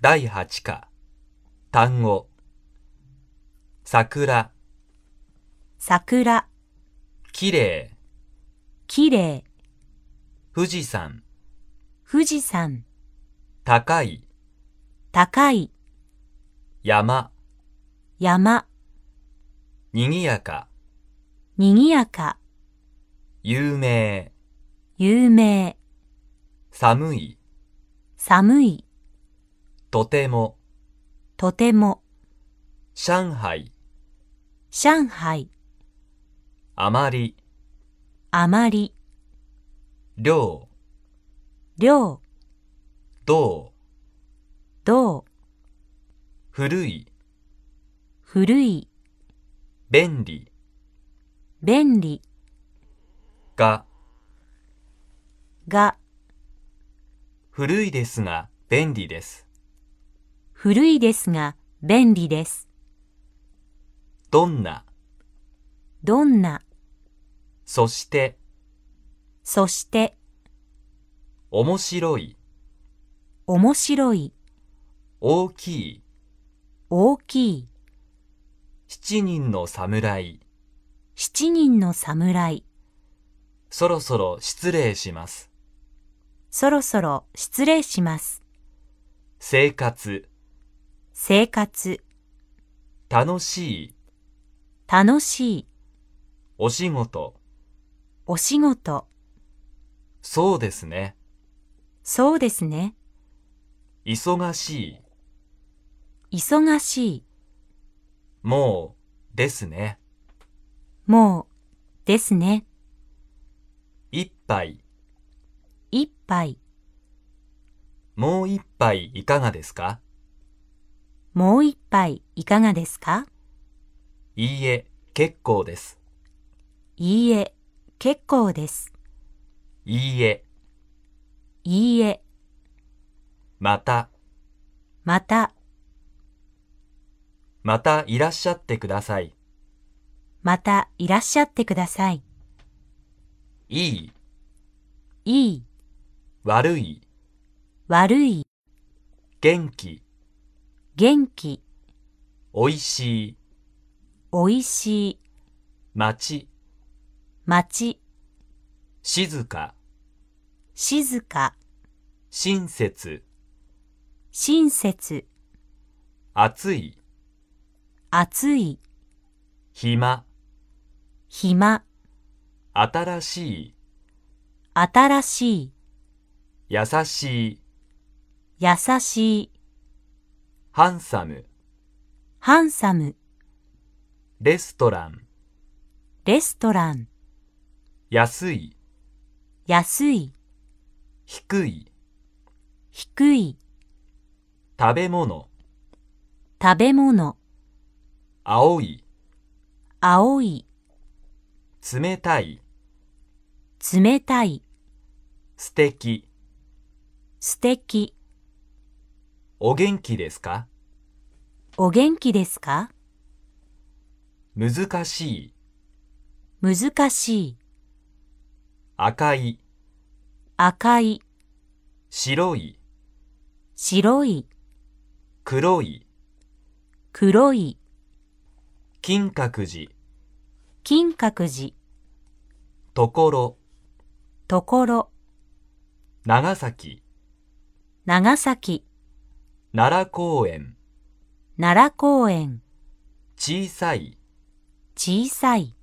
第8課、単語、桜、桜、綺麗、綺麗、富士山、富士山、高い、高い、山、山、賑やか、賑やか、有名、有名、寒い、寒い、とても、とても、上海、上海、あまり、あまり、量、量、どう、道、古い、古い、便利、便利、が、が、古いですが便利です。古いですが、便利です。どんな、どんな、そして、そして、面白い、面白い、大きい、大きい、七人の侍、七人の侍、そろそろ失礼します。そろそろ失礼します。生活、生活、楽しい、楽しい、お仕事、お仕事、そうですね、そうですね、忙しい、忙しい、もう、ですね、もう、ですね、一杯、一杯、もう一杯いかがですかもう一杯いかがですかいいえ、結構です。いいえ、結構です。いいえ、いいえ、また、また、またいらっしゃってください。またいらっしゃってください。いい、いい、悪い、悪い、元気、元気、おいしい、おいしい、町、町、静か、静か、親切、親切、暑い、暑い、暇、暇、新しい、新しい、優しい、優しい、ハンサム、ハンサム、レストラン、レストラン、安い、安い、低い、低い、食べ物、食べ物、青い、青い、冷たい、冷たい、素敵、素敵、お元気ですかお元気ですか難しい、難しい、赤い、赤い、白い、白い、黒い、黒い、金閣寺、金閣寺、ところ、ところ、長崎、長崎、奈良公園、奈良公園、小さい、小さい、